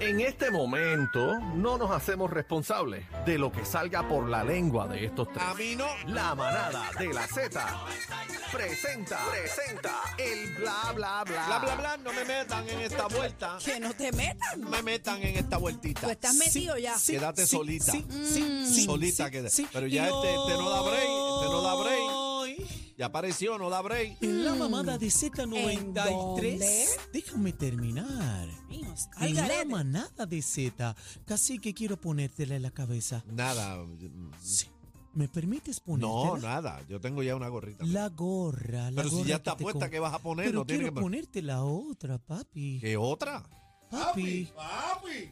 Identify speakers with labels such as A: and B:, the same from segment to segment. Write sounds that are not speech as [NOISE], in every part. A: En este momento no nos hacemos responsables de lo que salga por la lengua de estos tres. A mí no. La manada de la Z presenta, presenta el bla bla bla.
B: Bla, bla, bla, no me metan en esta vuelta.
C: Que no te metan.
B: No me metan en esta vueltita.
C: Tú estás metido ya.
B: Quédate solita.
C: Mm.
B: solita quédate. Pero ya este, este no da break. Este no da break. Ya apareció, no da break.
D: En la mamada de
C: ¿En dónde?
D: Z93. Déjame terminar.
C: Niños, al
D: En la
C: garete.
D: manada de Z. Casi que quiero ponértela en la cabeza.
B: Nada.
D: Sí. ¿Me permites ponértela?
B: No, nada. Yo tengo ya una gorrita.
D: La gorra. La
B: Pero si
D: gorra
B: ya
D: que
B: está
D: te
B: puesta,
D: com-
B: ¿qué vas a poner?
D: Pero
B: No tiene
D: quiero
B: que-
D: ponerte la otra, papi.
B: ¿Qué otra?
D: Papi.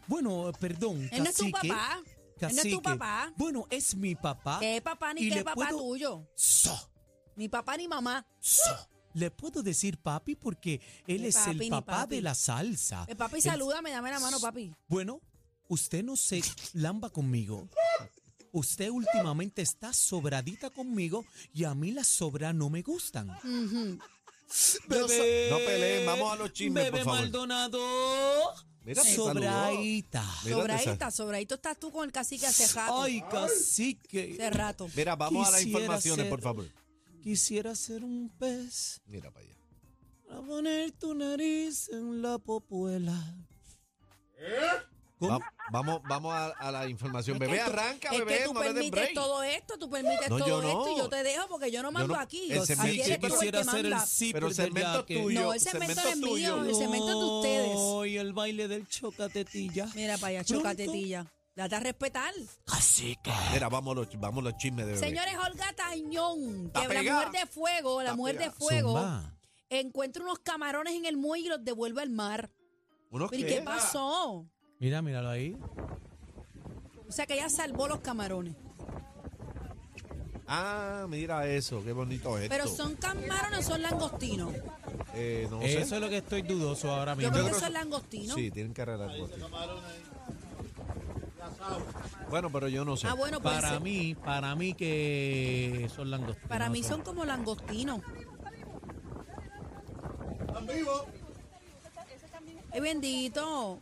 D: Bueno, perdón.
C: Él no es tu
D: cacique,
C: papá. Él no es tu
D: cacique.
C: papá.
D: Bueno, es mi papá.
C: ¿Qué papá ni
D: Y
C: qué
D: le
C: papá
D: puedo-
C: tuyo?
D: So,
C: Ni papá ni mamá.
D: so. Le puedo decir papi porque él
C: Ni
D: es
C: papi,
D: el
C: ni
D: papá
C: papi.
D: de la salsa.
C: El Eh, papi,
D: Él-
C: salúdame, dame la mano, papi.
D: Bueno, usted no se lamba conmigo. Usted últimamente está sobradita conmigo y a mí las sobras no me gustan.
B: No se- no peleen, vamos a los chismes,
D: Bebé
B: por favor.
D: Maldonado.
B: Mira, te
D: sobradita.
B: Mira, te
C: Sobradita, sobradito estás tú con el cacique hace rato.
D: Ay,
C: Hace
D: cacique.
C: rato.
B: Mira, vamos a las
D: Quisiera
B: informaciones,
D: ser-
B: por favor.
D: Quisiera ser un pez
B: Mira para allá.
D: para poner tu nariz en la popuela. ¿Cómo?
B: Va- vamos vamos a, a la información.
C: Es
B: Bebé,
C: que tú-
B: arranca,
C: es
B: bebé.
C: que tú
B: no le den
C: permites
B: break.
C: todo esto, tú permites
B: No, yo
C: todo
B: no.
C: esto y yo te dejo porque yo no mando
B: no.
C: aquí.
B: El
C: Yo-
B: segmento-
C: aquí eres tú el
D: quisiera
C: que
D: ser el
C: manda.
D: zipper
B: Pero el
D: del
B: segmento es
D: jacket.
B: tuyo.
C: No, el segmento es
B: segmento
C: mío,
B: tuyo.
C: el segmento es de ustedes.
D: Ay, el baile del chocatetilla.
C: Mira para allá,
D: Pronto.
C: chocatilla. Date a respetar.
D: Así que.
B: Mira, vamos a los, vamos a los chismes de bebé.
C: Señores, Olga Tañón,
B: Está
C: que la
B: pegada.
C: mujer de fuego, la
B: Está
C: mujer de
B: pegada.
C: fuego,
D: Zumba.
C: encuentra unos camarones en el muelle y los devuelve al mar.
B: ¿Unos
C: ¿Pero ¿y qué pasó?
D: Mira, míralo ahí.
C: O sea que ella salvó los camarones.
B: Ah, mira eso, qué bonito es esto.
C: Pero son camarones o son langostinos.
B: Eh, no sé.
D: Eso es lo que estoy dudoso ahora
C: Yo
D: mismo.
C: creo que son langostinos.
B: Sí, tienen que arreglar algo aquí. Bueno, pero yo no sé.
C: Ah, bueno, pues
D: Para mí, para mí que son langostinos.
C: para mí son como langostinos. Ay, Eh, bendito.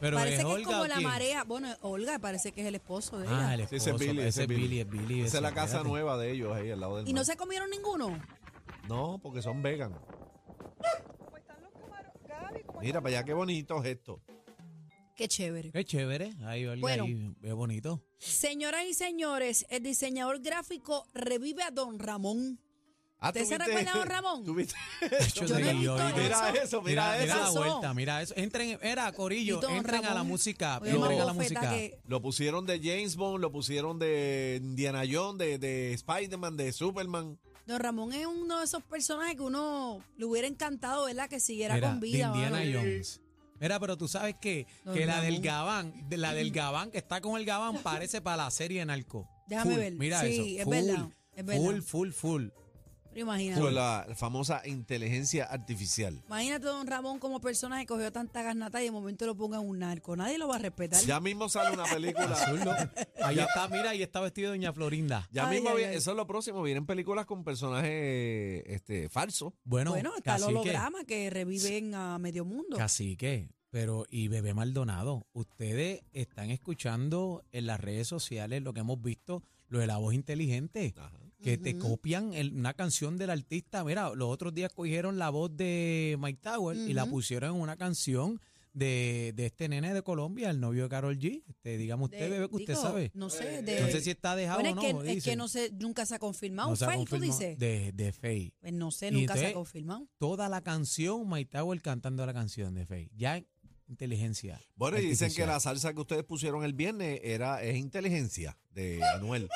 D: Pero
C: parece que es
D: Olga
C: como
D: o
C: la
D: quién?
C: marea. Bueno, Olga parece que es el esposo de ella.
D: Ah, el
B: Sí,
D: esposo.
B: ese es Billy,
D: ese es Billy, es Billy.
B: Esa
D: ese,
B: es la casa
D: espérate.
B: nueva de ellos ahí al lado del
C: Y no
B: mar.
C: se comieron ninguno.
B: No, porque son veganos. Mira, para allá qué bonito es esto.
C: Qué chévere.
D: Qué chévere. Ahí, Olga,
C: Bueno.
D: ahí, es bonito.
C: Señoras y señores, el diseñador gráfico revive a Don Ramón.
B: Ah,
C: ¿Usted
B: ¿tú
C: se
B: viste-
C: recuerda
B: [LAUGHS]
C: a don Ramón?
B: ¿Tú viste?
D: [LAUGHS] Yo
C: no he
D: te-
C: visto
D: oíste.
B: mira
C: eso.
B: eso, mira,
D: Mira, mira
B: eso.
D: la
C: Pasó.
D: vuelta, mira eso. Entren, era
C: Y
D: Corillo,
C: don
D: entren a la
C: Ramón,
D: música,
C: oye,
D: entren a la
C: más bofeta
D: música.
C: que-
B: Lo pusieron de James Bond, lo pusieron de Indiana Jones, de, de Spider-Man, de Superman.
C: Don Ramón es uno de esos personajes que uno le hubiera encantado, ¿verdad? Que siguiera
D: Mira,
C: con
D: de
C: vida.
D: Indiana
C: mano.
D: Jones. Mira, pero tú sabes que,
C: Don
D: que la del
C: Ramón.
D: Gabán, de la del Gabán que está con
C: [LAUGHS]
D: el Gabán parece para la serie Narco.
C: Déjame
D: Full,
C: ver.
D: Mira
C: Sí,
D: eso.
C: es
D: full,
C: verdad, es verdad.
D: Full, full, full.
C: Pero imagínate.
B: Con la famosa inteligencia artificial.
C: Imagínate a Don Ramón como personaje que cogió tanta garnata y de momento lo pongan un narco. Nadie lo va a respetar.
B: Ya mismo sale una película.
D: Azul, ¿no? Ahí está, mira, ahí está vestido Doña Florinda.
B: Ya
C: Ay,
B: mismo,
C: ay,
B: vi-
C: ay.
B: eso es lo próximo. Vienen películas con personajes este, falsos.
D: Bueno,
C: bueno, está el
D: casi que,
C: holograma que reviven a medio mundo.
D: casi que. Pero, y Bebé Maldonado, ustedes están escuchando en las redes sociales lo que hemos visto, lo de la voz inteligente. que te copian el- una canción del artista. Mira, los otros días cogieron la voz de Mike Tower y la
C: Ujú.
D: pusieron en una canción de, de este nene de Colombia, el novio de Carol G. Este, digamos usted,
C: De-
D: bebé, que usted
C: digo,
D: sabe.
C: No sé, de,
D: No sé si está dejado
C: bueno,
D: o no.
C: es que, es que
D: dicen.
C: no sé, nunca se ha confirmado.
D: No se ha
C: Fake, tú
D: confirmado.
C: dices.
D: De, de Faye.
C: Pues no sé,
D: Y
C: nunca se ha
D: entonces-
C: confirmado.
D: Toda la canción, Mike Tower cantando la canción de Faye. Ya inteligencia.
B: Bueno, y dicen que
D: artificial.
B: la salsa que ustedes pusieron el viernes era es inteligencia de Anuel.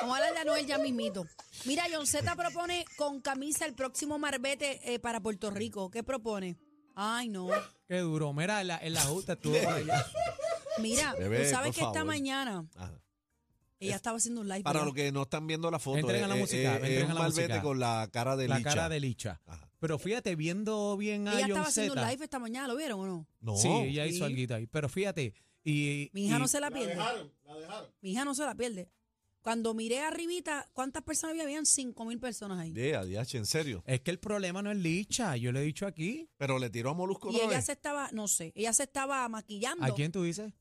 C: Vamos a hablar de Anuel ya mismito. Mira, John Z propone con camisa el próximo marbete eh, para Puerto Rico. ¿Qué propone? Ay, no.
D: Qué duro. Mira, en la, en la
B: [LAUGHS]
D: justa estuvo por allá.
C: Mira,
B: Bebé,
C: tú sabes
B: por
C: que esta
B: favor.
C: mañana
B: Ajá.
C: ella estaba haciendo un live.
B: Para
C: ¿verdad?
B: los que no están viendo la foto,
D: Entren a la
B: eh,
D: música,
B: eh, eh, es
D: entren a
B: un
D: la música.
B: malvete con la cara de
D: La
B: licha.
D: cara de licha.
B: Ajá.
D: Pero fíjate, viendo bien a
C: ella estaba
D: John
C: haciendo un
D: Zeta,
C: live esta mañana, ¿lo vieron o no?
B: No.
D: Sí, ella
C: Sí.
D: hizo algo ahí. Pero fíjate, y.
C: Mi hija
D: y-
C: no se la pierde. Mi hija no se la pierde. Cuando miré arribita, ¿cuántas personas había? Habían 5 mil personas ahí.
B: Yeah, DH, en serio.
D: Es que el problema no es licha, yo le he dicho aquí.
B: Pero le tiró a Molusco
C: Y
B: otra
C: ella
B: vez.
C: se estaba, no sé, ella se estaba maquillando.
D: ¿A quién Ah, tú dices?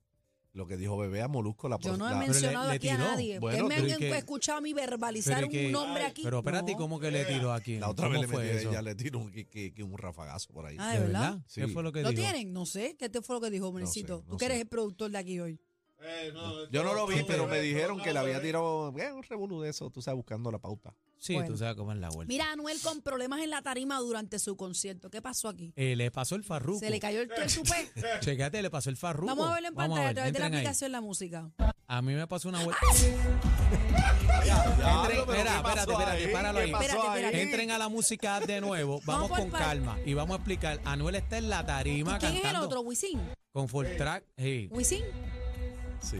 B: Lo que dijo Bebé a Molusco la
C: Yo no he
B: la-
D: le-
C: mencionado
D: le
C: aquí a
D: tiró.
C: nadie.
B: Bueno,
C: Ustedes me
D: pero
C: han
D: es que-
C: escuchado a mí verbalizar
D: Pero,
C: un
D: que-
C: nombre aquí.
D: pero espérate,
C: No.
D: ¿cómo que le tiró aquí?
B: La otra vez
D: ¿Cómo
B: le
D: fue
B: metió,
D: eso?
B: ella le tiró un, que- que- que un rafagazo por ahí.
C: Ah,
D: ¿De
C: ¿verdad?
D: verdad? ¿Qué
B: Sí.
D: fue lo que
C: ¿Lo
D: dijo?
C: tienen? No sé. ¿Qué te fue lo que dijo, Menecito?
B: sé, no
C: Tú que
B: sé.
C: eres el productor de aquí hoy.
B: Yo no lo vi, pero me dijeron que le había tirado eh, un revolú de eso, tú sabes, buscando la pauta.
D: Sí,
C: Bueno.
D: tú sabes cómo es la vuelta.
C: Mira, Anuel con problemas en la tarima durante su concierto. ¿Qué pasó aquí?
D: Eh, le pasó el farruco.
C: Se le
D: [LAUGHS]
C: cayó el tuer supe.
D: Checate, le pasó el farruco.
C: Vamos a verlo en pantalla a,
D: ver,
C: través de la
D: entren ahí.
C: aplicación La Música.
D: A mí me pasó una vuelta.
B: Diablo,
D: Entren,
B: pero
D: espera,
B: ¿qué pasó
D: espérate, espérate,
B: ahí?
D: páralo
B: ¿Qué
D: ahí.
B: pasó
C: Espérate,
B: ahí?
C: espérate.
D: Entren a la música de nuevo. Vamos
C: por
D: con
C: pa-
D: calma y vamos a explicar. Anuel está en la tarima
C: ¿Quién es el
D: cantando
C: otro? ¿Wisin?
D: con full track. Sí.
C: ¿Wisin?
B: Sí.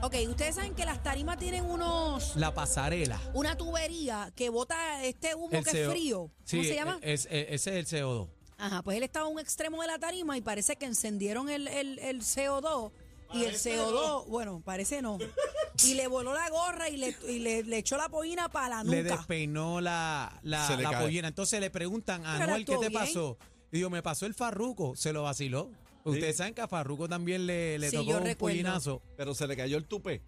C: Ok, ustedes saben que las tarimas tienen unos...
D: La pasarela.
C: Una tubería que bota este humo
D: El
C: que es
D: CO.
C: frío. ¿Cómo
D: Sí,
C: se llama?
D: es- es- ese es el CO2.
C: Ajá, pues él estaba a un extremo de la tarima y parece que encendieron el, el- el CO2. Y el CO2, bueno, parece no. Y le voló la gorra y le, y le, le echó la pollina para la
D: Le
C: nuca.
D: despeinó la, la,
B: Se le
D: la
B: cae.
D: pollera. Entonces le preguntan a
C: Pero
D: Anuel, ¿qué
C: actuó
D: te
C: bien.
D: pasó? Y yo, me pasó el farruco. Se lo vaciló. Ustedes saben que a farruco también le, le
C: Sí,
D: tocó
C: yo
D: un
C: recuerdo.
D: pollinazo.
B: Pero se le cayó el [LAUGHS] tupé.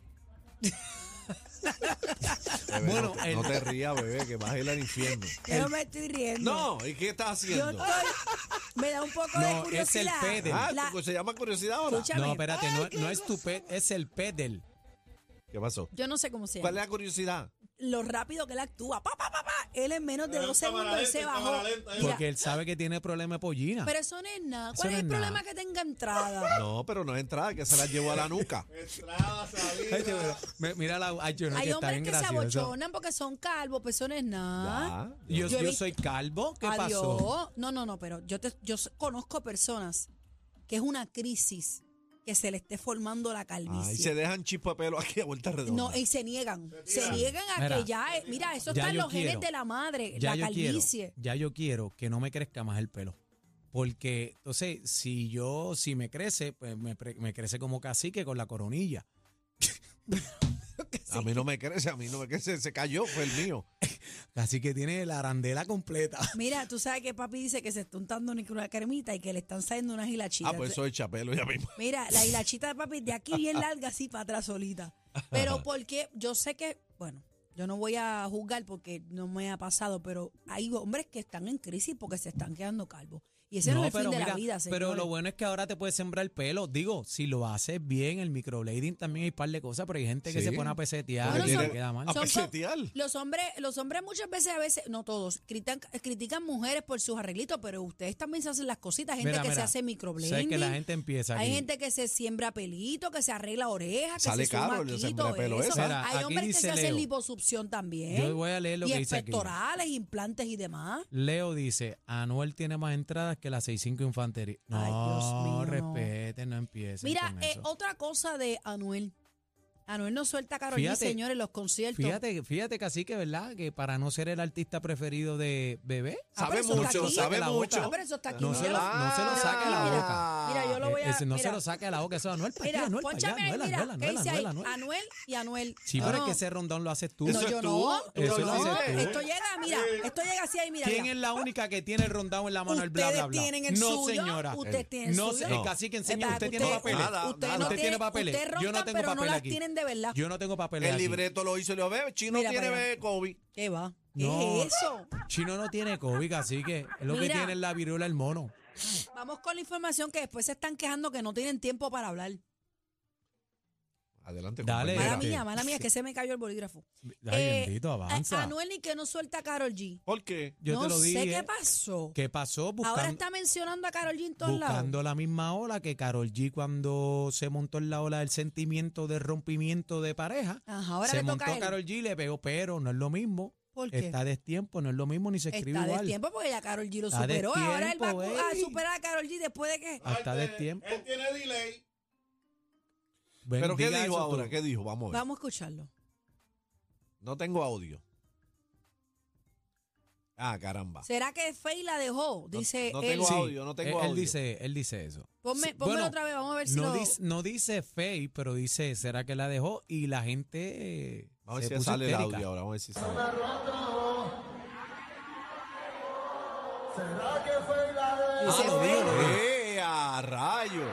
B: Bebé,
D: Bueno,
B: no,
D: el-
B: no te rías, bebé, que vas a ir al infierno.
C: Yo no me estoy riendo.
B: [LAUGHS] No, ¿y qué estás
C: Yo
B: haciendo?
C: estoy, me da un poco de
D: No, es el
C: curiosidad.
D: pede.
B: Ah,
C: La-
B: ¿se llama curiosidad ahora?
C: escúchame.
D: No, espérate, no, no es tu pet, es el pedel.
B: ¿Qué pasó?
C: Yo no sé cómo se
B: ¿Cuál
C: llama.
B: es la curiosidad?
C: Lo rápido que él actúa. Pa, pa, pa, pa. Él en menos de dos segundos él se bajó. Mira,
D: Porque él sabe que tiene problema de pollina.
C: pero eso no es nada.
D: Eso
C: ¿Cuál
D: no
C: es el
D: es nada.
C: problema que tenga entrada?
B: No, pero no es entrada, que se la llevó a la [LAUGHS] nuca.
D: Ay, te- me- mira la ay, yo no, que
C: Hay
D: está
C: hombres
D: bien
C: que se
D: gracioso.
C: abochonan porque son calvos, pues eso no es nada.
B: Ya,
C: Yo
D: Yo,
C: he
D: yo
C: visto-
D: soy calvo, ¿qué
C: Adiós.
D: pasó?
C: No, no, no, pero yo, te, yo s- conozco personas que es una crisis que se le esté formando la calvicie.
B: Ay, se dejan chispa de pelo aquí a vuelta redonda.
C: no, y se niegan. Se, niegan a
D: Mira,
C: que ya, eh, mira, eso
D: ya
C: está en
D: yo
C: los
D: quiero.
C: genes de la madre, la
D: Ya yo quiero,
C: calvicie.
D: ya yo quiero que no me crezca más el pelo. Porque, entonces, si yo, si me crece, pues me, pre- me crece como cacique con la coronilla.
B: A mí no me crece, a mí no me crece, se cayó, fue el mío.
D: Así que tiene la arandela completa.
C: Mira, tú sabes que papi dice que se está untando ni con una cremita y que le están saliendo unas hilachitas.
B: Ah, pues eso es chapelo ya mismo.
C: Mira, la hilachita de papi de aquí bien larga, así para atrás solita. Pero porque yo sé que, bueno, yo no voy a juzgar porque no me ha pasado, pero hay hombres que están en crisis porque se están quedando calvos. Y ese no, es el fin de la
D: mira,
C: vida, señores.
D: pero lo bueno es que ahora te puedes sembrar el pelo. Digo, si lo haces bien, el microblading también hay un par de cosas, pero hay gente que
B: Sí.
D: se pone a pesetear
C: Bueno,
D: y
C: son-
D: le queda mal.
B: a
C: son co-
B: pesetear.
C: Los hombres, los hombres muchas veces, a veces, no todos, critican, critican mujeres por sus arreglitos, pero ustedes también se hacen las cositas. Gente
D: Mira,
C: que se
D: mira,
C: hace
D: Sé
C: microblending.
D: que la gente empieza
C: Hay
D: aquí.
C: gente que se siembra pelito, que se arregla orejas, que
B: Sale
C: se suma
B: caro el
C: quito,
B: sembrapelo
C: eso.
B: ese.
D: Mira,
C: Hay
D: aquí
C: hombres que
D: dice
C: se hacen
D: Leo.
C: liposucción también.
D: Yo voy a leer lo
C: y
D: que dice aquí.
C: pectorales, implantes y demás.
D: Leo dice, Anuel tiene más entradas que la 65 Infantería. No,
C: Ay, Dios mío, no.
D: respeten, no empiecen
C: Mira,
D: con
C: eh,
D: eso.
C: otra cosa de Anuel. Anuel no suelta a Karol G,
D: Fíjate,
C: señores, en los conciertos.
D: Fíjate, fíjate que así que, ¿verdad? Que para no ser el artista preferido de Bebé,
C: Ah,
B: Sabe
C: pero eso está
B: mucho,
C: aquí.
B: sabe
D: La boca.
B: mucho.
C: Ah, pero eso está aquí.
D: No
C: mira, Ah,
D: se lo- no se lo saque de la
C: mira,
D: boca.
C: Mira, yo lo voy a.
D: eh, ese no
C: mira,
D: se lo saque a la boca, eso es Anuel para allá,
C: Mira,
D: Anuel para allá,
C: ponchame ahí,
D: Anuel,
C: mira.
D: Anuel,
C: ¿Qué
D: Anuel,
C: dice
D: Anuel,
C: ahí?
D: Anuel.
C: Anuel y Anuel.
D: Sí,
C: No,
D: pero
C: no.
D: es que ese rondón lo haces tú.
C: No, yo no.
D: tú. Eso
C: yo
D: lo
C: no.
D: haces tú. Eh.
C: Esto llega, mira. Esto llega así ahí, mira.
D: ¿Quién
C: mira.
D: es la única que tiene el rondado en la mano? El bla,
C: Ustedes
D: bla, bla.
C: tienen el
D: no,
C: suyo,
D: señora. Eh,
C: ustedes tienen el
D: no,
C: suyo.
D: No, casi que enseña.
C: Es
D: Usted
C: verdad,
D: tiene
C: usted-
D: papeles. Ah,
B: Nada,
C: usted
B: nada.
C: no
D: Usted tiene
C: tiene-
D: papeles.
C: usted
D: Yo no
C: ronca,
D: tengo
C: pero no
D: papeles
C: las
D: aquí.
C: tienen de verdad.
D: Yo no tengo papeles
B: El
D: aquí.
B: libreto lo hizo y lo ve, chino
C: Mira
B: tiene
C: para allá.
B: ve, COVID.
C: ¿Qué va? ¿Qué
D: No.
C: es eso?
D: Chino no tiene COVID, así que es lo que
C: Mira.
D: tiene es la viruela el mono.
C: Vamos con la información que después se están quejando que no tienen tiempo para hablar.
B: Adelante,
C: Mala
D: Dale. Espera.
B: compañera.
C: mía, mala mía, que se me cayó el bolígrafo.
D: Ay,
C: Eh,
D: bendito,
C: a-
D: avanza.
C: Anuel y que no suelta a Carol G.
B: ¿Por qué?
D: Yo
C: no
D: te lo dije.
C: sé qué pasó.
D: ¿Qué pasó? Buscando,
C: Ahora está mencionando a Carol G en todos lados.
D: buscando la misma ola que Carol G cuando se montó en la ola del sentimiento de rompimiento de pareja.
C: Ajá, ahora
D: se
C: le toca
D: montó
C: a él.
D: Carol G y le pegó, pero no es lo mismo.
C: ¿Por qué?
D: Está destiempo, no es lo mismo ni se escribe
C: Está de
D: igual.
C: tiempo porque ya Carol G lo
D: Está de
C: superó. Ahora él va
D: tiempo,
C: a- a
D: ey.
C: superar a Carol G después de que.
D: Ah, está de tiempo.
E: Este, Él tiene delay.
D: Ven,
B: ¿Pero qué
D: diga
B: dijo
D: eso
B: ahora?
D: tú.
B: ¿Qué dijo? Vamos a ver.
C: Vamos a escucharlo.
B: No tengo audio. Ah, caramba.
C: ¿Será que Fey la dejó?
B: No-
C: Dice
B: no
C: él.
B: tengo
D: Sí,
B: audio, no tengo
D: él, él
B: audio.
D: dice, él dice eso.
C: Ponme,
D: Sí,
C: pónmelo
D: bueno,
C: otra vez, vamos a ver si
D: No
C: lo.
D: dice, no dice fey, pero dice, ¿será que la dejó? Y la gente eh,
B: Vamos a
D: se
B: ver si
D: puso
B: sale el
D: histérica.
B: audio ahora. Vamos a ver si
C: Ah,
B: sale.
E: ¿Será que fue la
C: dice
D: Ah, lo
C: Fey.
D: dijo, lo dijo.
B: ¡Eh, a rayo!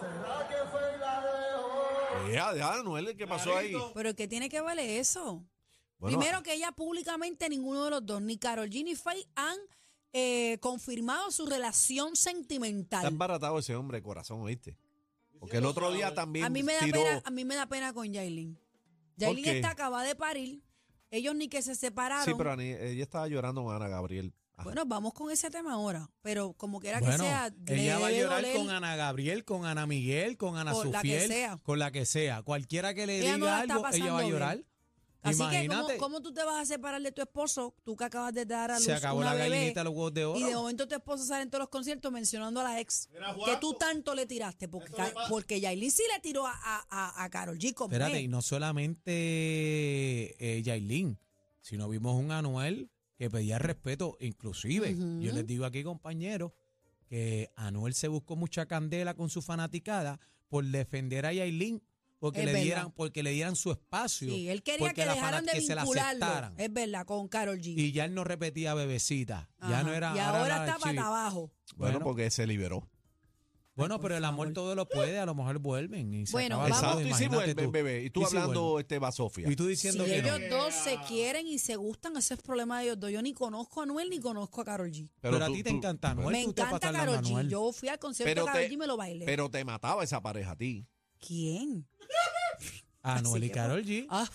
E: ¿Será que fue la de
B: ¡Eh, a de Anuel! ¿Qué pasó ahí?
C: Pero ¿qué tiene que ver eso?
B: Bueno,
D: eh.
C: Primero que ella públicamente, ninguno de los dos, ni Carol G ni Faye, han eh, confirmado su relación
B: está
C: sentimental.
B: embaratado ese hombre de corazón, ¿oíste? Porque el otro día también
C: A mí me da
B: tiró...
C: pena, a mí me da pena con Yailin. Yailin
B: qué?
C: está acabada de parir. Ellos ni que se separaron.
B: Sí, pero Ani- ella estaba llorando con Ana Gabriel. Ah, Ajá.
C: Bueno, vamos con ese tema ahora. Pero como quiera que
D: ah. Bueno,
C: sea, le
D: ella va a
C: debe
D: llorar
C: doler.
D: con Ana Gabriel, con Ana Miguel, con Ana
C: Con la que
D: Sufiel,
C: sea.
D: con la que sea. Cualquiera que le
C: Ella
D: diga
C: no la está
D: algo, ella va a
C: pasando
D: llorar.
C: Así que, ¿cómo,
D: Imagínate,
C: cómo tú te vas a separar de tu esposo? Tú que acabas de dar a luz
D: se acabó
C: una
D: la
C: bebé,
D: gallinita de los huevos de oro.
C: Y de momento tu esposo sale en todos los conciertos mencionando a la ex.
E: Era
C: que
E: guapo.
C: tú tanto le tiraste. Porque,
E: Eso le
C: Ca-
E: pasa.
C: porque Yailin sí le tiró a, a, a- a Karol G. como
D: Espérate,
C: es.
D: y no solamente eh, Yailin, sino vimos un Anuel que pedía respeto, inclusive.
C: Ujú.
D: Yo les digo aquí, compañeros, que Anuel se buscó mucha candela con su fanaticada por defender a Yailin, porque
C: Es
D: le
C: verdad.
D: dieran, porque le dieran su espacio.
C: Sí, él quería
D: porque
C: que
D: la
C: dejaran de
D: fanat- que se la
C: vincularlo.
D: aceptaran.
C: Es verdad, con Karol G.
D: Y ya él no repetía bebecita. Ya
C: Ajá.
D: no era.
C: y
D: ahora
C: ahora
D: era
C: está
D: chibi.
C: para abajo.
B: Bueno,
D: Bueno.
B: porque se liberó.
D: Bueno,
C: Ay, por
D: pero el amor
C: favor.
D: todo lo puede, a lo mejor vuelven. Y se
C: Bueno,
D: acaba
C: vamos.
D: todo,
B: Exacto, y si
D: imagínate
B: vuelve,
D: tú.
B: bebé. Y tú
D: Y si
B: hablando,
D: vuelve.
B: este, va Sofía.
D: Y tú
C: Si
D: diciendo que no.
C: ellos dos se quieren y se gustan, ese es problema de ellos dos. Yo ni conozco a Anuel ni conozco a Karol G.
D: Pero, a
B: tú-
D: ti te
B: tú-
D: encanta Anuel.
C: Me
D: tú te
C: encanta
D: patas la
C: Karol G.
D: Anuel.
C: Yo fui al concierto
B: Pero
C: de Karol
B: te-
C: G y me lo bailé.
B: Pero te mataba esa pareja a ti.
C: ¿Quién?
D: Anuel
C: Así
D: y
C: que,
D: Karol G.
C: Ah,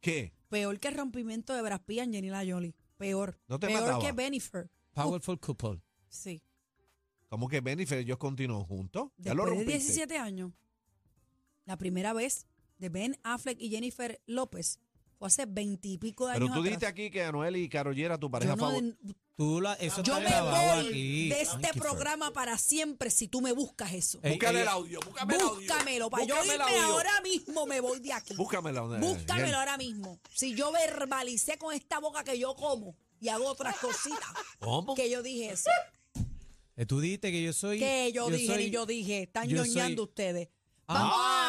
B: ¿Qué?
C: peor que el rompimiento de Brad Pitt y Angelina Jolie. Peor.
B: ¿No te
C: peor
B: mataba?
C: que Benifer.
D: Powerful Couple.
C: Sí.
B: ¿Cómo que Benifer y ellos continúan juntos? Ya lo
C: Después de
B: rompiste.
C: 17 años, la primera vez de Ben Affleck y Jennifer López fue hace 20 y pico de
B: Pero
C: años
B: tú dijiste
C: atrás.
B: aquí que Anuel y Karol G era tu
C: yo
B: pareja
C: no-
B: favorita.
D: Tú la, eso
C: yo
D: está
C: me
D: grabado
C: voy
D: aquí.
C: de este
D: Thank you,
C: programa para siempre si tú me buscas eso.
D: Ey,
B: Búscame
D: ey,
B: el audio, búscame el audio.
C: Búscamelo, para yo
B: Búscame el
C: irme
B: audio.
C: ahora mismo, me voy de aquí.
B: Búscamelo. eh, Miguel.
C: Búscamelo ahora mismo. Si yo verbalicé con esta boca que yo como y hago otras cositas,
B: ¿Cómo?
C: que yo dije eso.
D: sir. Eh, Tú dijiste que yo soy.
C: Que yo, dije
D: soy-
C: y yo dije, están
D: yo
C: ñoñando
D: soy-
C: ustedes. Vamos a-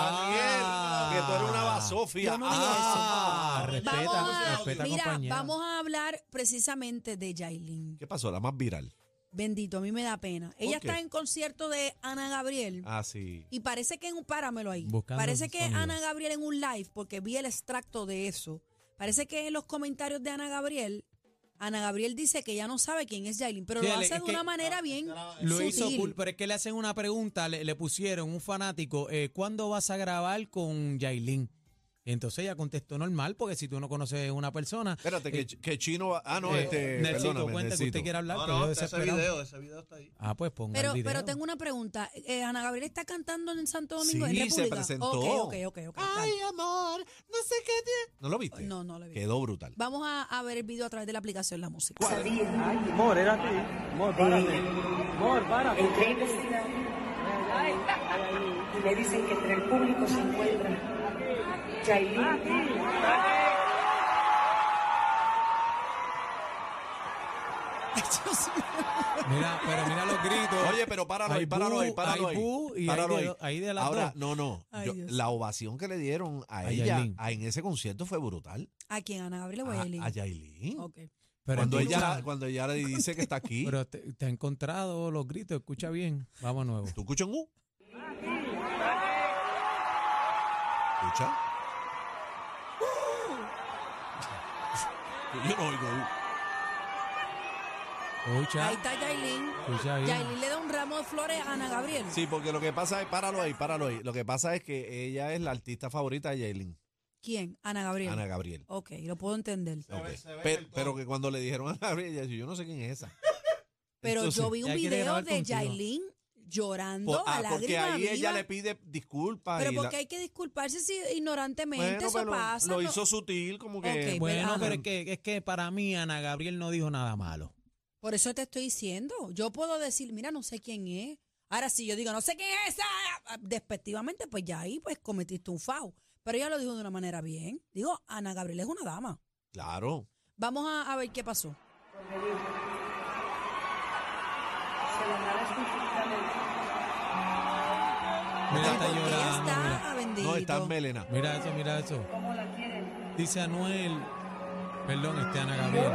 B: Ah,
D: Ah.
B: Daniel, que tú eres una basofia.
C: Yo no dije
B: ah,
D: Ah, respeta,
C: vamos a,
D: respeta,
C: mira,
D: compañera.
C: vamos a hablar precisamente de Yailin.
B: ¿Qué pasó? La más viral.
C: Bendito, a mí me da pena. Ella
B: qué?
C: está en concierto de Ana Gabriel.
B: Ah, sí.
C: Y parece que en un páramelo ahí.
D: Buscando
C: parece que
D: sonido.
C: Ana Gabriel en un live, porque vi el extracto de eso. Parece que en los comentarios de Ana Gabriel, Ana Gabriel dice que ya no sabe quién es Yailin, pero
D: Sí,
C: lo
D: él-
C: hace
D: es
C: de
D: que Ah,
C: una manera bien
D: Lo
C: sutil.
D: hizo cool, pero es que le hacen una pregunta, le, le pusieron un fanático, eh, ¿cuándo vas a grabar con Yailin? Entonces ella contestó normal, porque si tú no conoces a una persona...
B: Espérate, que,
D: eh,
B: ch- que chino. Ah, no,
D: eh,
B: este.
D: Nelsito,
B: perdóname,
D: cuenta que
B: Nelsito.
D: usted quiere hablar,
E: No,
D: que yo
E: no, está ese
D: desesperado.
E: video, ese video está ahí.
D: Ah, pues ponga
C: Pero,
D: el video.
C: pero tengo una pregunta. Eh, Ana Gabriel está cantando en Santo Domingo, en
B: Sí, se
C: República.
B: presentó.
C: Ok, ok, ok. ok, dale.
B: Ay, amor, no sé qué tiene. ¿No lo viste?
C: No, no lo vi.
B: Quedó
C: [LAUGHS]
B: brutal.
C: Vamos a, a ver el video a través de la aplicación La Música.
F: Amor, era así. Amor, párate. Amor, párate.
G: Entré a investigar y me dicen que entre el público se encuentra Yailin.
C: Dios mío.
D: Mira, pero mira los gritos.
B: Oye, pero páralo
D: Hay
B: ahí, páralo
D: bu,
B: ahí, páralo
D: hay
B: ahí.
D: bu y hay
B: páralo
D: de- hay de las
B: Ahora,
D: dos.
B: no, no.
C: Ay,
B: yo-
C: Dios.
B: la ovación que le dieron a,
D: A
B: ella
D: Yailin.
B: a- en ese concierto fue brutal.
C: ¿A quién? ¿Ana Gabriel o
B: A,
C: a Yailin?
B: a Yailin.
C: Ok.
D: Pero
B: Cuando,
D: escucha,
B: ella, cuando ella le dice que está aquí,
D: [LAUGHS] Pero te, te ha encontrado los gritos, escucha bien. Vamos de nuevo.
B: tú escuchas un U. [LAUGHS] Escucha. Yo no oigo U.
D: Escucha,
C: Ahí está Yailin.
D: escucha bien.
C: Yailin le da un ramo de flores a Ana Gabriel.
B: Sí, porque lo que pasa es, páralo ahí, páralo ahí. Lo que pasa es que ella es la artista favorita de Yailin,
C: ¿Quién? Ana Gabriel.
B: Ana Gabriel.
C: Ok, lo puedo entender.
B: Ok. Pero, pero que cuando le dijeron a Ana Gabriel, ella dijo, yo no sé quién es esa.
C: [LAUGHS] Pero
B: Entonces,
C: yo vi un
D: ya quiere
C: video
D: grabar
C: de
D: contigo.
C: Yailin llorando
B: Por-
C: a
B: ah,
C: lágrima
B: porque ahí
C: viva.
B: ella le pide disculpas.
C: pero
B: y
C: porque
B: la-
C: hay que disculparse si ignorantemente
B: Bueno,
C: eso
B: pero lo-
C: pasa.
B: Lo
C: no-
B: hizo sutil, como que.
C: Ok,
D: Bueno,
C: ajá.
D: pero es que, es que para mí Ana Gabriel no dijo nada malo.
C: Por eso te estoy diciendo. Yo puedo decir, mira, no sé quién es. Ahora, si yo digo, no sé quién es esa, ah, despectivamente, pues ya ahí pues cometiste un fao. Pero ella lo dijo de una manera bien. Digo, Ana Gabriel es una dama.
B: Claro.
C: Vamos a, a ver qué pasó.
G: donde dijo, se lo darás infinitamente.
D: Mira, está
C: ¿Por qué
D: llorando.
C: está
D: mira.
C: bendito?
B: No, está en melena.
D: Mira eso, mira eso.
G: ¿Cómo la quieren?
D: Dice Anuel. Perdón, este Ana Gabriel.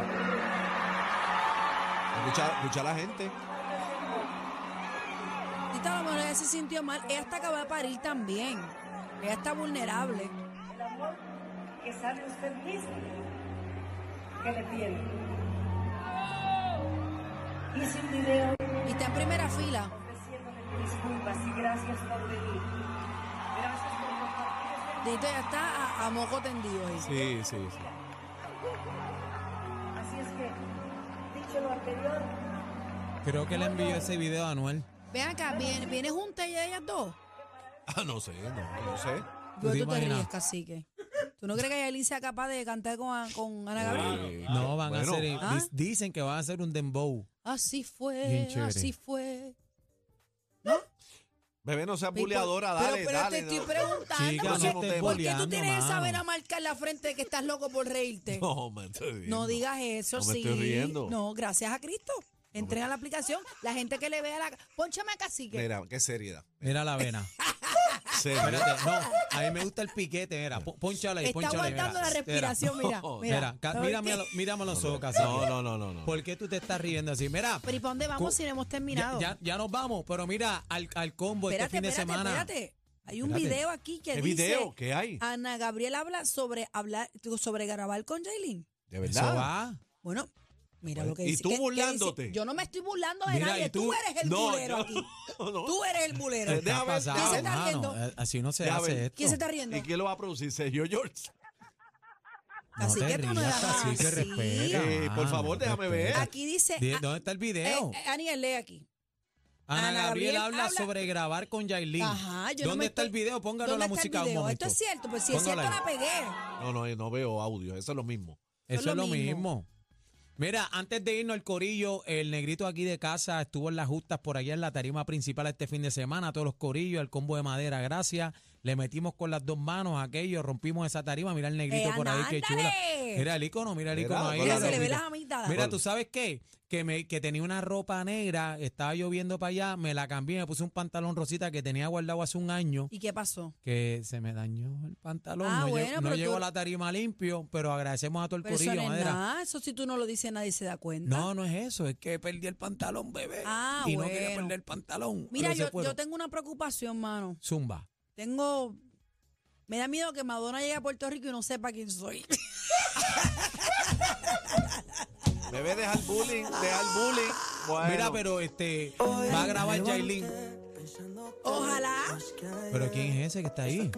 B: Escucha, escucha a la gente.
C: Tita, a lo mejor ella se sintió mal. Ella está acabada de parir también. Ella está vulnerable.
G: El amor que sabe usted mismo que le tiene. Hice un video
C: Y está en primera fila.
G: ofreciéndole disculpas y gracias por venir. Gracias por compartir este
C: Tito ya está a, a moco tendido ahí.
B: Sí, sí, sí.
G: Así es que, dicho lo anterior,
D: Creo que le envió ese video a Anuel.
C: Ven acá, viene, viene junta ella de ellas dos.
B: Ah, no sé, no, no sé.
C: Yo
D: ¿Tú te
C: tú te
D: imaginas?
C: ríes, cacique. ¿Tú no crees que Yailin sea capaz de cantar con, a- con Ana Gabriel?
B: Eh,
D: No, van
B: bueno,
D: a hacer.
C: ¿Ah?
D: dis- Dicen que van a hacer un dembow.
C: Así
D: Bien
C: fue,
D: chévere.
C: así fue.
B: Bebé, no seas
C: Pero-
B: buleadora, dale,
C: pero, pero
B: dale.
C: te estoy
B: no.
C: preguntando.
D: Chica,
C: ¿por, qué,
B: no te
C: por qué
D: boleando,
C: tú tienes esa
D: mano.
C: vena marca en la frente de que estás loco por reírte? No,
B: No, me estoy riendo.
C: digas eso,
B: No me
C: sí.
B: estoy riendo.
C: No, gracias a Cristo. Entrega la aplicación. La gente que le vea la. Pónchame a cacique.
B: Mira, qué seriedad.
D: Mira la vena.
C: Ah,
B: Seriedad.
D: Espérate, no. A mí me gusta el piquete, mira. pon- Pónchala ahí,
C: Está
D: pónchala ahí, mira.
C: aguantando la
D: Mira, [LAUGHS]
C: respiración, mira.
B: No,
C: Mira,
D: Mira, ca-
C: ¿sabes
D: mírame,
C: qué?
D: a lo- mírame a los ojos,
C: ah,
D: cacique.
B: No, no, no, no, no.
D: ¿Por qué tú te estás riendo así? Mira.
C: Pero ¿y para dónde
D: cu-
C: vamos si no hemos
D: Ya,
C: terminado?
D: ya, ya nos vamos, pero mira, al, al combo este
C: espérate,
D: fin de
C: espérate,
D: semana.
C: espérate. Hay un
D: Espérate.
C: video aquí que
B: ¿Qué
C: dice Ah,
B: video? ¿Qué hay?
C: Ana Gabriel habla sobre hablar digo, sobre grabar con Jailin.
B: De
D: Eso
B: verdad.
D: va.
C: Bueno, mira
B: Bueno,
C: lo que
B: y
C: dice.
B: tú
C: ¿Qué- qué dice?
B: burlándote.
C: Yo no me estoy burlando de
D: Mira,
C: nadie.
D: y
C: Tú,
D: tú-
C: eres el
B: no,
C: bulero
B: yo-
C: aquí.
B: [LAUGHS] no.
C: Tú eres el bulero.
D: Está
B: Deja ver,
D: pasado,
C: ¿Quién se está
D: mano,
C: riendo?
D: eh, Así no se
B: Deja
D: hace
B: ver.
D: esto.
C: ¿Quién se está riendo?
B: ¿Y quién lo va a producir? Sergio George.
D: No
C: Así
D: te
C: que tú no
D: rías,
C: eras
D: así que
C: así.
D: respeta,
B: Eh, por
D: mano,
B: favor, déjame ver.
D: respeta.
C: Aquí dice.
D: Di-
C: ah,
D: ¿Dónde está el
C: eh,
D: video?
C: eh, Aniel, lee aquí.
D: Ana,
C: Ana
D: Gabriel
C: Gabriel
D: habla,
C: habla-
D: sobre grabar con Yailin.
C: Ajá, yo no
D: ¿Dónde
C: me
D: está
C: estoy-
D: el video? Póngalo
C: ¿Dónde
D: la
C: está el
D: música un
C: video?
D: momento.
C: Esto es cierto, pues si es
D: Póngala
C: cierto la
D: ahí.
C: pegué.
B: No, no, yo no veo audio. Eso es lo mismo.
D: Eso es lo mismo. Mira, antes de irnos al corillo, el negrito aquí de casa estuvo en las justas por allá en la tarima principal este fin de semana, a todos los corillos, el combo de madera, gracias. Le metimos con las dos manos a aquello, rompimos esa tarima, mira el negrito
C: Eh,
D: por ahí,
C: anda,
D: qué chula.
C: ándale.
D: Mira el icono, mira el
B: Mira,
D: icono ahí.
B: Mira,
C: Mira,
D: la
C: se le ve
D: ropita.
C: las amígdalas.
D: Mira, tú sabes qué? Que, me, que tenía una ropa negra, estaba lloviendo para allá, me la cambié, me puse un pantalón rosita que tenía guardado hace un año,
C: ¿Y qué pasó?
D: que se me dañó el pantalón.
C: Ah,
D: no lle-
C: bueno,
D: no
C: pero
D: llegó
C: tú-
D: a la tarima limpio, pero agradecemos a todo el
C: Pero eso
D: corillo,
C: no es
D: madera.
C: nada. Eso si tú no lo dices, nadie se da cuenta.
D: No, no es eso, es que perdí el pantalón, bebé.
C: Ah,
D: y no
C: bueno.
D: quería perder el pantalón.
C: Mira,
D: pero se
C: yo,
D: fueron.
C: yo tengo una preocupación, mano.
D: Zumba.
C: Tengo. Me da miedo que Madonna llegue a Puerto Rico y no sepa quién soy. [LAUGHS]
B: Bebé, deja el bullying, deja el bullying. Bueno.
D: Mira, pero este va a grabar Jailin.
C: Ojalá.
D: Pero quién es ese que está ahí?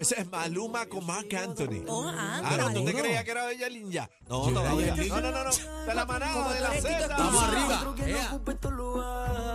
B: Ese es Maluma con Mark Anthony.
C: Oh,
B: Ah, no, ¿tú
C: ándale.
B: te
D: Seguro.
B: creías que era ella linda? No, todavía. No, no, no, no. De la manada,
C: Como
B: de
C: tú
B: la
C: eres Tito
B: Z.
C: Escobar.
D: Vamos arriba. Ea.
H: lugar.